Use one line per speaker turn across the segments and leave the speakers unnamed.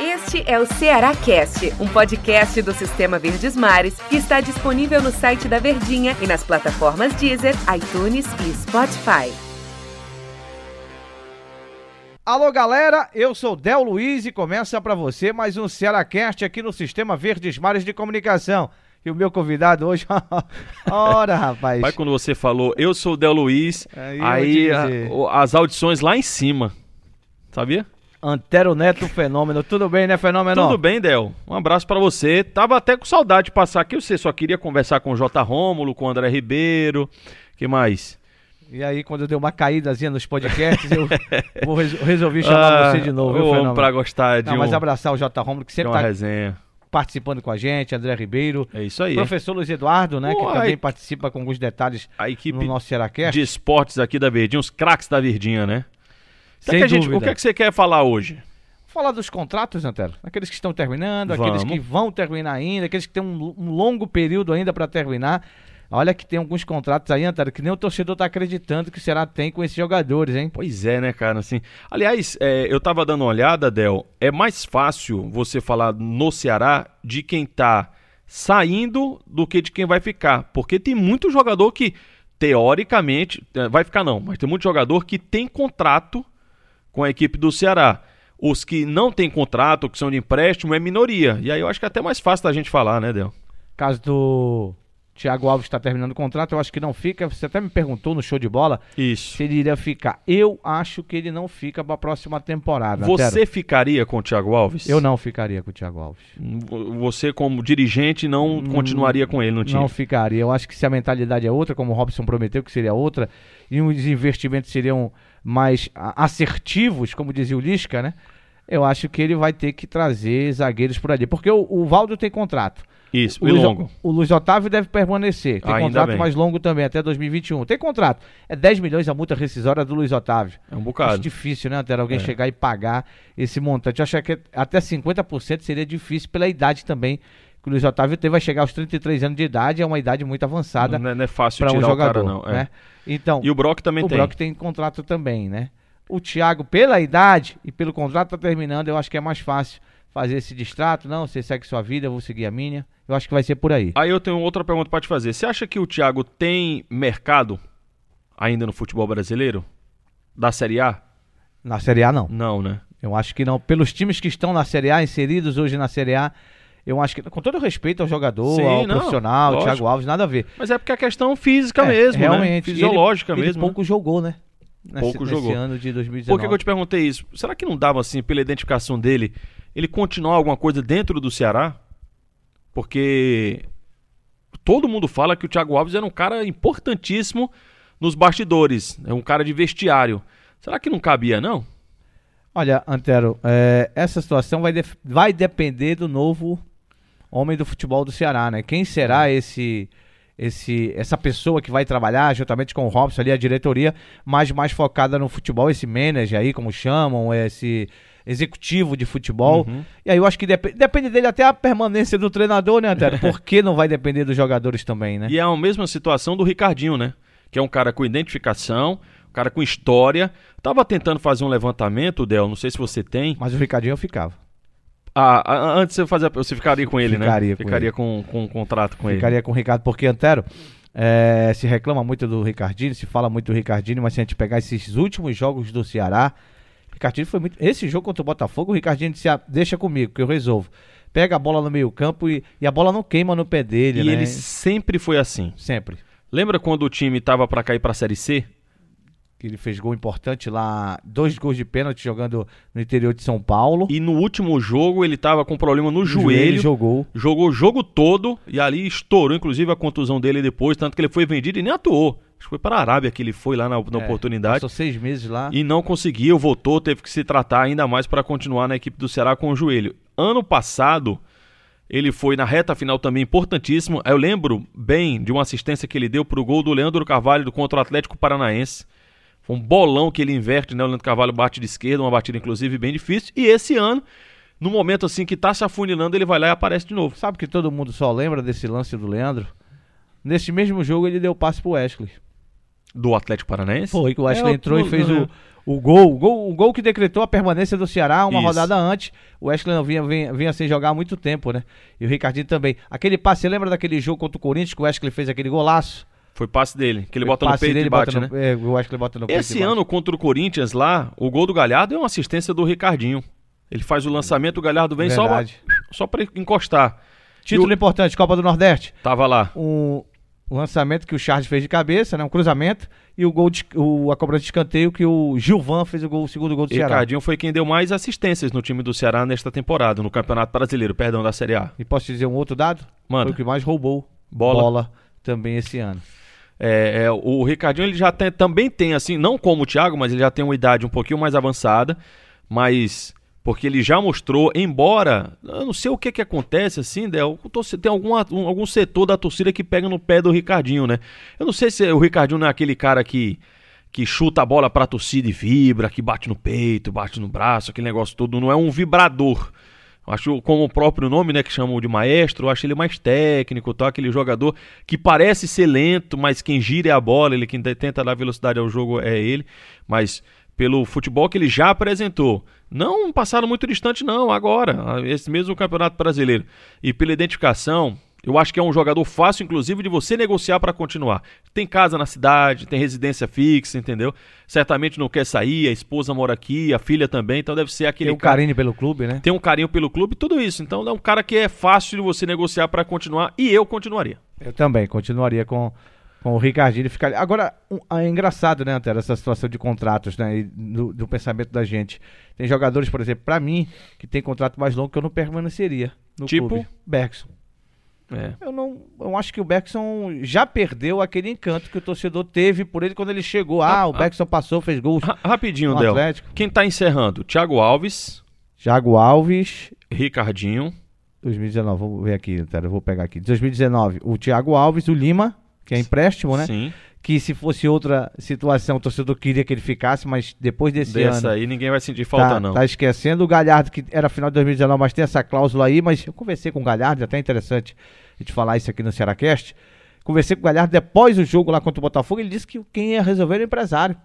Este é o Ceará Cast, um podcast do Sistema Verdes Mares que está disponível no site da Verdinha e nas plataformas Deezer, iTunes e Spotify.
Alô galera, eu sou Del Luiz e começa para você mais um Ceará Cast aqui no Sistema Verdes Mares de Comunicação. E o meu convidado hoje, ora rapaz.
Mas quando você falou, eu sou o Del Luiz,
Aí
aí,
eu assim, vou te dizer.
a- o- as audições lá em cima. Sabia?
Antero Neto Fenômeno, tudo bem né Fenômeno?
Tudo bem, Del. Um abraço pra você. Tava até com saudade de passar aqui. Eu sei, só queria conversar com o J. Rômulo, com o André Ribeiro. que mais?
E aí quando eu dei uma caídazinha nos podcasts, eu vou res- resolvi chamar
Ah,
você de novo, viu
eu amo
Fenômeno?
pra gostar de,
Não,
um-
mas abraçar o J. Romulo que
de
sempre
uma
tá
resenha.
participando com a gente, André Ribeiro,
É isso aí.
professor Luiz Eduardo, né, que
Uai.
também participa com alguns detalhes
A equipe
no nosso Cearacast.
de esportes aqui da Verdinha, os craques da Verdinha, né? O que
Sem
é que a gente-
dúvida.
o que é que você quer falar hoje?
Falar dos contratos, Antero. Aqueles que estão terminando, aqueles
Vamos.
que vão terminar ainda, aqueles que têm um, um longo período ainda para terminar. Olha que tem alguns contratos aí, Antero, que nem o torcedor tá acreditando que o Ceará tem com esses jogadores, hein?
Pois é, né, cara? Assim, aliás, é, eu tava dando uma olhada, Del. É mais fácil você falar no Ceará de quem tá saindo do que de quem vai ficar. Porque tem muito jogador que, teoricamente, eh, vai ficar não, mas tem muito jogador que tem contrato com a equipe do Ceará. Os que não têm contrato, que são de empréstimo, é minoria. E aí eu acho que é até mais fácil da gente falar, né, Del?
Caso do Thiago Alves está terminando o contrato, eu acho que não fica. Você até me perguntou no show de bola
Isso.
se ele iria ficar. Eu acho que ele não fica para a próxima temporada. Antero.
Você ficaria com o Thiago Alves?
Eu não ficaria com o Thiago Alves.
Você, como dirigente,
Hum,
não continuaria com ele no time?
Não ficaria. Eu acho que se a mentalidade é outra, como o Robson prometeu que seria outra, e os investimentos seriam mais a- assertivos, como dizia o Lisca, né? Eu acho que ele vai ter que trazer zagueiros por ali. Porque o, o Valdo tem contrato.
Isso,
O
e
Luiz-
longo.
O Luiz Otávio deve permanecer. Tem
Ainda
contrato
bem.
mais longo também, até 2021. Tem contrato. É 10 milhões a multa rescisória do Luiz Otávio.
É um
Acho
bocado.
difícil, né, Antero?
É.
Alguém chegar e pagar esse montante. Eu acho que até 50% seria difícil pela idade também que o Luiz Otávio teve. Vai chegar aos 33 anos de idade, é uma idade muito avançada
Não é, não é fácil
para
tirar
um
o cara,
jogador.
não. é.
né? Então,
E o Brock também
o
tem.
Brock tem contrato também, né? O Thiago, pela idade e pelo contrato tá terminando, eu acho que é mais fácil fazer esse distrato. Não, você segue sua vida, eu vou seguir a minha. Eu acho que vai ser por aí.
Aí eu tenho outra pergunta pra te fazer. Você acha que o Thiago tem mercado ainda no futebol brasileiro? Da Série A?
Na Série A, não.
Não, né?
Eu acho que não. Pelos times que estão na Série A, inseridos hoje na Série A, eu acho que. Com todo respeito ao jogador,
Sim,
ao
não,
profissional, ao
lógico.
Thiago Alves, nada a ver.
Mas é porque a questão física
É,
mesmo, né?
realmente,
Fisiológica
ele, Ele
mesmo. né?
pouco jogou, né? Nesse,
Pouco
nesse
jogou.
ano de 2019.
Por que, que eu te perguntei isso? Será que não dava, assim, pela identificação dele, ele continuar alguma coisa dentro do Ceará? Porque todo mundo fala que o Thiago Alves era um cara importantíssimo nos bastidores, é um cara de vestiário. Será que não cabia, não?
Olha, Antero, é, essa situação vai, def- vai depender do novo homem do futebol do Ceará, né? Quem será esse, esse, essa pessoa que vai trabalhar juntamente com o Robson ali, a diretoria, mas mais focada no futebol, esse manager aí, como chamam, esse executivo de futebol. E aí eu acho que depe- depende dele até a permanência do treinador, né, Antero? Porque não vai depender dos jogadores também, né?
E é a mesma situação do Ricardinho, né? Que é um cara com identificação, um cara com história. Tava tentando fazer um levantamento, Del, não sei se você tem.
Mas o Ricardinho eu ficava.
Ah, a- antes você fazia, você ficaria com ele,
Ficaria
né?
com
ficaria com, com um contrato com ele.
Ficaria com o Ricardo, porque Antero é, se reclama muito do Ricardinho, se fala muito do Ricardinho, mas se a gente pegar esses últimos jogos do Ceará, Ricardinho foi muito. Esse jogo contra o Botafogo, o Ricardinho disse: "Ah, deixa comigo, que eu resolvo. Pega a bola no meio-campo e, e a bola não queima no pé dele,
E
né?
ele é sempre foi assim.
Sempre.
Lembra quando o time tava pra cair pra Série C?
Que Ele fez gol importante lá, dois gols de pênalti jogando no interior de São Paulo.
E no último jogo ele tava com problema no
O
joelho.
jogou.
Jogou o jogo todo e ali estourou, inclusive, a contusão dele depois. Tanto que ele foi vendido e nem atuou. Acho que foi para a Arábia que ele foi lá na, na
É,
oportunidade.
Passou seis meses lá.
E não conseguiu, voltou, teve que se tratar ainda mais para continuar na equipe do Ceará com o joelho. Ano passado, ele foi na reta final também importantíssimo. Eu lembro bem de uma assistência que ele deu pro gol do Leandro Carvalho contra o Atlético Paranaense. Foi um bolão que ele inverte, né? O Leandro Carvalho bate de esquerda, uma batida inclusive bem difícil. E esse ano, no momento assim que tá se afunilando, ele vai lá e aparece de novo.
Sabe que todo mundo só lembra desse lance do Leandro? Nesse mesmo jogo ele deu passe pro Wesley.
Do Atlético Paranaense?
Foi, que o Wesley
É,
entrou e
o-
fez
é.
o, o gol, o gol. O gol que decretou a permanência do Ceará uma
Isso.
rodada antes. O Wesley não vinha, vinha, vinha sem jogar há muito tempo, né? E o Ricardinho também. Aquele passe, você lembra daquele jogo contra o Corinthians que o Wesley fez aquele golaço?
Foi passe dele, que ele bota no
Passe
peito
dele,
e bate,
bota
né?
no- é, o Wesley bota no peito
Esse
e bate.
ano contra o Corinthians lá, o gol do Galhardo é uma assistência do Ricardinho. Ele faz o lançamento, o Galhardo vem
Verdade.
só só para encostar.
Título
E
importante, Copa do Nordeste.
o- Tava lá.
Um lançamento que o Charles fez de cabeça, né? Um cruzamento. E o gol de, o, a cobra de escanteio que o Gilvan fez o, gol, o segundo gol do Ceará.
Ricardinho foi quem deu mais assistências no time do Ceará nesta temporada, no Campeonato Brasileiro, perdão, da Série A.
E posso te dizer um outro dado?
Manda.
Foi o que mais roubou
Bola.
também esse ano.
É, é, o Ricardinho ele já tem- também tem, assim, não como o Thiago, mas ele já tem uma idade um pouquinho mais avançada, mas porque ele já mostrou, embora, eu não sei o que que acontece, assim, Del, o torce- tem algum, at- um- algum setor da torcida que pega no pé do Ricardinho, né? Eu não sei se o Ricardinho não é aquele cara que, que chuta a bola pra torcida e vibra, que bate no peito, bate no braço, aquele negócio todo, não é um vibrador. Eu Acho, como o próprio nome, né, que chamam de maestro, eu acho ele mais técnico, tá? aquele jogador que parece ser lento, mas quem gira é a bola, ele quem te- tenta dar velocidade ao jogo é ele, mas pelo futebol que ele já apresentou. Não um passado muito distante, não, agora, a- esse mesmo Campeonato Brasileiro. E pela identificação, eu acho que é um jogador fácil, inclusive, de você negociar para continuar. Tem casa na cidade, tem residência fixa, entendeu? Certamente não quer sair, a esposa mora aqui, a filha também, então deve ser aquele
Tem um carinho pelo clube, né?
tem um carinho pelo clube, tudo isso. Então é um cara que é fácil de você negociar pra continuar e eu continuaria.
Eu também continuaria com, com o Ricardinho. Ele Ficaria... Agora, um- é engraçado, né, Antero, essa situação de contratos, né, e do, do pensamento da gente. Tem jogadores, por exemplo, pra mim, que tem contrato mais longo que eu não permaneceria no
Tipo?
clube. Bergson.
É.
Eu não, eu acho que o Bergson já perdeu aquele encanto que o torcedor teve por ele quando ele chegou. Ah, o Bergson passou, fez gols.
Ra- rapidinho,
No
Del.
Atlético.
Quem tá encerrando? Thiago Alves,
Thiago Alves,
Ricardinho,
2019, vou ver aqui, Antero, eu vou pegar aqui. 2019, o Thiago Alves, o Lima, que é empréstimo, né?
sim.
que se fosse outra situação, o torcedor queria que ele ficasse, mas depois desse
Dessa
ano.
aí ninguém vai sentir falta,
tá,
não.
tá esquecendo. O Galhardo, que era final de 2019, mas tem essa cláusula aí, mas eu conversei com o Galhardo, até é interessante a gente falar isso aqui no Cearacast. Conversei com o Galhardo depois do jogo lá contra o Botafogo, ele disse que quem ia resolver era o empresário.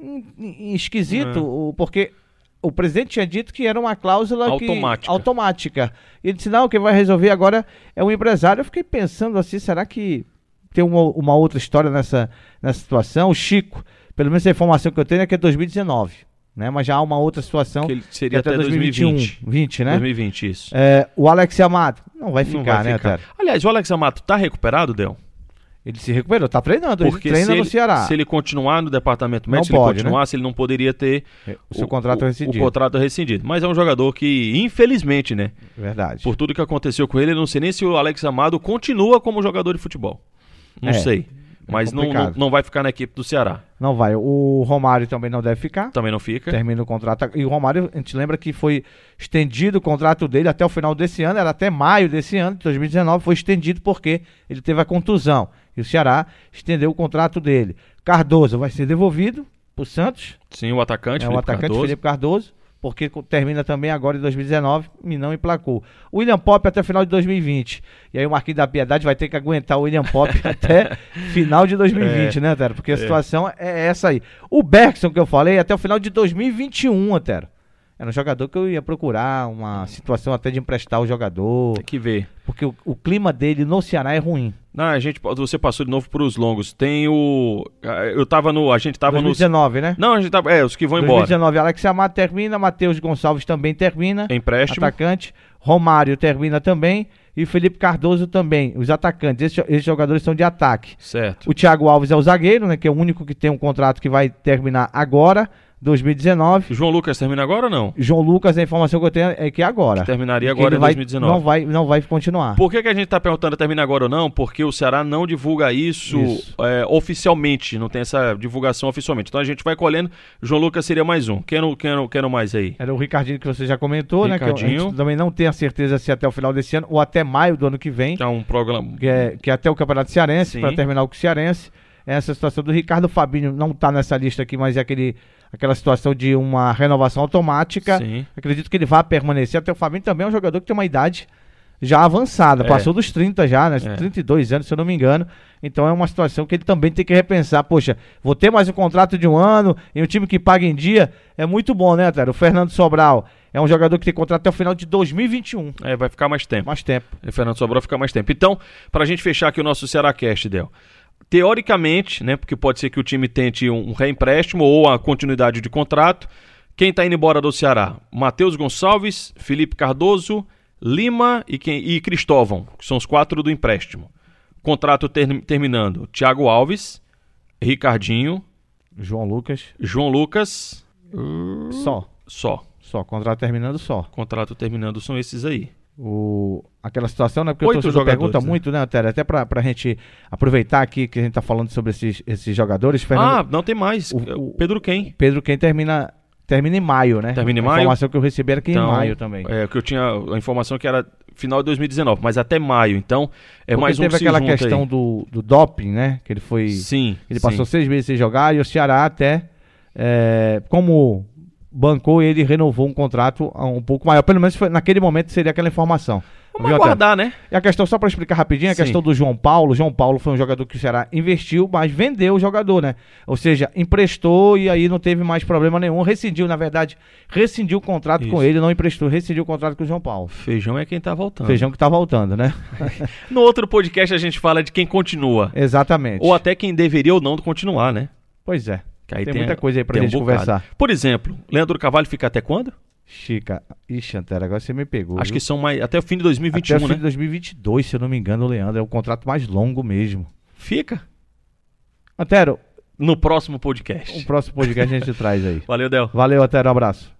Hum, hum, Esquisito,
É.
o- porque o presidente tinha dito que era uma cláusula que-
Automática.
automática. Ele disse, não, quem vai resolver agora é o empresário. Eu fiquei pensando assim, será que tem uma, uma outra história nessa, nessa situação? O Chico, pelo menos a informação que eu tenho é que é 2019, né? Mas já há uma outra situação
Que ele seria
que é
até 2020.
20, né?
2020, isso.
É, o Alex Amado não vai ficar,
Não vai
né,
ficar.
Otero?
Aliás, o Alex Amato tá recuperado, Del?
Ele se recuperou, tá treinando, ele treina
se
no
ele,
Ceará.
se ele continuar no departamento médico,
Não
se ele
pode, né?
continuasse, ele não poderia ter
O seu contrato é
o,
rescindido.
o contrato rescindido. Mas é um jogador que, infelizmente, né?
é Verdade.
Por tudo que aconteceu com ele, eu não sei nem se o Alex Amado continua como jogador de futebol. Não
É,
sei. Mas não, não,
complicado.
não vai ficar na equipe do Ceará.
Não vai. O Romário também não deve ficar.
Também não fica.
Termina o contrato. E o Romário, a gente lembra que foi estendido o contrato dele até o final desse ano, era até maio desse ano, de 2019, foi estendido porque ele teve a contusão. E o Ceará estendeu o contrato dele. Cardoso vai ser devolvido pro Santos.
Sim, o atacante,
É o
Felipe
atacante
Cardoso.
Felipe Cardoso, porque co- termina também agora em 2019 e não emplacou. William Pop até final de 2020. E aí o Marquinhos da Piedade vai ter que aguentar o William Pop até final de 2020,
É.
né, Antero? Porque a situação é essa aí. O Bergson que eu falei até o final de 2021, Antero. Era um jogador que eu ia procurar, uma situação até de emprestar o jogador,
Tem que ver.
porque o, o clima dele no Ceará é ruim.
Não, a gente, você passou de novo para os longos. Tem o. ah, Eu tava no. A gente tava no.
2019, né?
Não, a gente tava. É, os que vão embora.
2019, Alex Amado termina, Matheus Gonçalves também termina.
Empréstimo.
atacante. Romário termina também. E Felipe Cardoso também. Os atacantes. Esses, esses jogadores são de ataque.
Certo.
O Thiago Alves é o zagueiro, né? Que é o único que tem um contrato que vai terminar agora, 2019.
João Lucas termina agora ou não?
João Lucas, a informação que eu tenho é que é agora.
Terminaria
Que
agora
ele
em
vai-
2019.
Não vai, não vai continuar.
Por que, que a gente tá perguntando termina agora ou não? Porque o Ceará não divulga isso,
Isso.
é, oficialmente, não tem essa divulgação oficialmente. Então a gente vai colhendo. João Lucas seria mais um. Quem não, quem não, quem não mais aí?
Era o Ricardinho que você já comentou, né? Que eu- a
Ricardinho.
gente também não tem a certeza se até o final desse ano ou até maio do ano que vem.
Que é um programa.
que é, que é até o Campeonato Cearense,
Sim.
para terminar com o Cearense. É Essa situação do Ricardo Fabinho não tá nessa lista aqui, mas é aquele, aquela situação de uma renovação automática.
Sim.
Acredito que ele vai permanecer. Até o Fabinho também é um jogador que tem uma idade já avançada,
É.
passou dos 30 já, né?
É.
32 anos, se eu não me engano. Então é uma situação que ele também tem que repensar. Poxa, vou ter mais um contrato de um ano e um time que paga em dia é muito bom, né, Tero? O Fernando Sobral é um jogador que tem contrato até o final de 2021.
É, vai ficar mais tempo.
Mais tempo.
E É, Fernando Sobral fica mais tempo. Então, para a gente fechar aqui o nosso Cearacast, Del. Teoricamente, né, porque pode ser que o time tente um um reempréstimo ou a continuidade de contrato. Quem tá indo embora do Ceará? Matheus Gonçalves, Felipe Cardoso, Lima e, quem, e Cristóvão, que são os quatro do empréstimo. Contrato ter- terminando: Thiago Alves, Ricardinho,
João Lucas,
João Lucas.
só.
Só.
Só, contrato terminando só.
Contrato terminando são esses aí.
o, aquela situação, né? Porque
Oito
o torcedor
jogadores,
pergunta
né?
muito, né, Antero? Até pra, pra gente aproveitar aqui que a gente tá falando sobre esses, esses jogadores.
Ah,
Fernando,
não tem mais.
O- o-
Pedro quem?
Pedro Quem termina, termina em maio, né?
Termina em
a
maio?
informação que Então, eu recebi era que em maio também.
É, que eu tinha a informação que era final de 2019, mas até maio. Então, é
Porque
mais um
teve
que se
aquela
junta
questão
aí.
do, do doping, né? Que ele foi...
Sim.
Ele
sim.
passou seis meses sem jogar e o Ceará até, é, como bancou, ele renovou um contrato ah, um pouco maior. Pelo menos foi- naquele momento seria aquela informação.
Vamos
Viu, Antero?
aguardar, né?
E a questão, só para explicar rapidinho, a
Sim.
questão do João Paulo. João Paulo foi um jogador que o Ceará investiu, mas vendeu o jogador, né? Ou seja, emprestou e aí não teve mais problema nenhum. Rescindiu, na verdade, rescindiu o contrato
Isso.
com ele, não emprestou, rescindiu o contrato com o João Paulo.
Feijão é quem tá voltando.
Feijão que tá voltando, né?
No outro podcast a gente fala de quem continua.
Exatamente.
Ou até quem deveria ou não continuar, né?
Pois é.
Que aí
tem, muita coisa aí pra
tem um
gente
bocado.
conversar.
Por exemplo, Leandro Carvalho fica até quando?
Chica. Ixi, Antera, agora você me pegou.
Acho
viu?
que são mais até o fim de 2021,
Até o fim
né?
de 2022, se eu não me engano, Leandro. É o contrato mais longo mesmo.
Fica
Antero,
no próximo
o
podcast.
próximo podcast a gente traz aí.
Valeu, Del.
Valeu, Antero. Um abraço.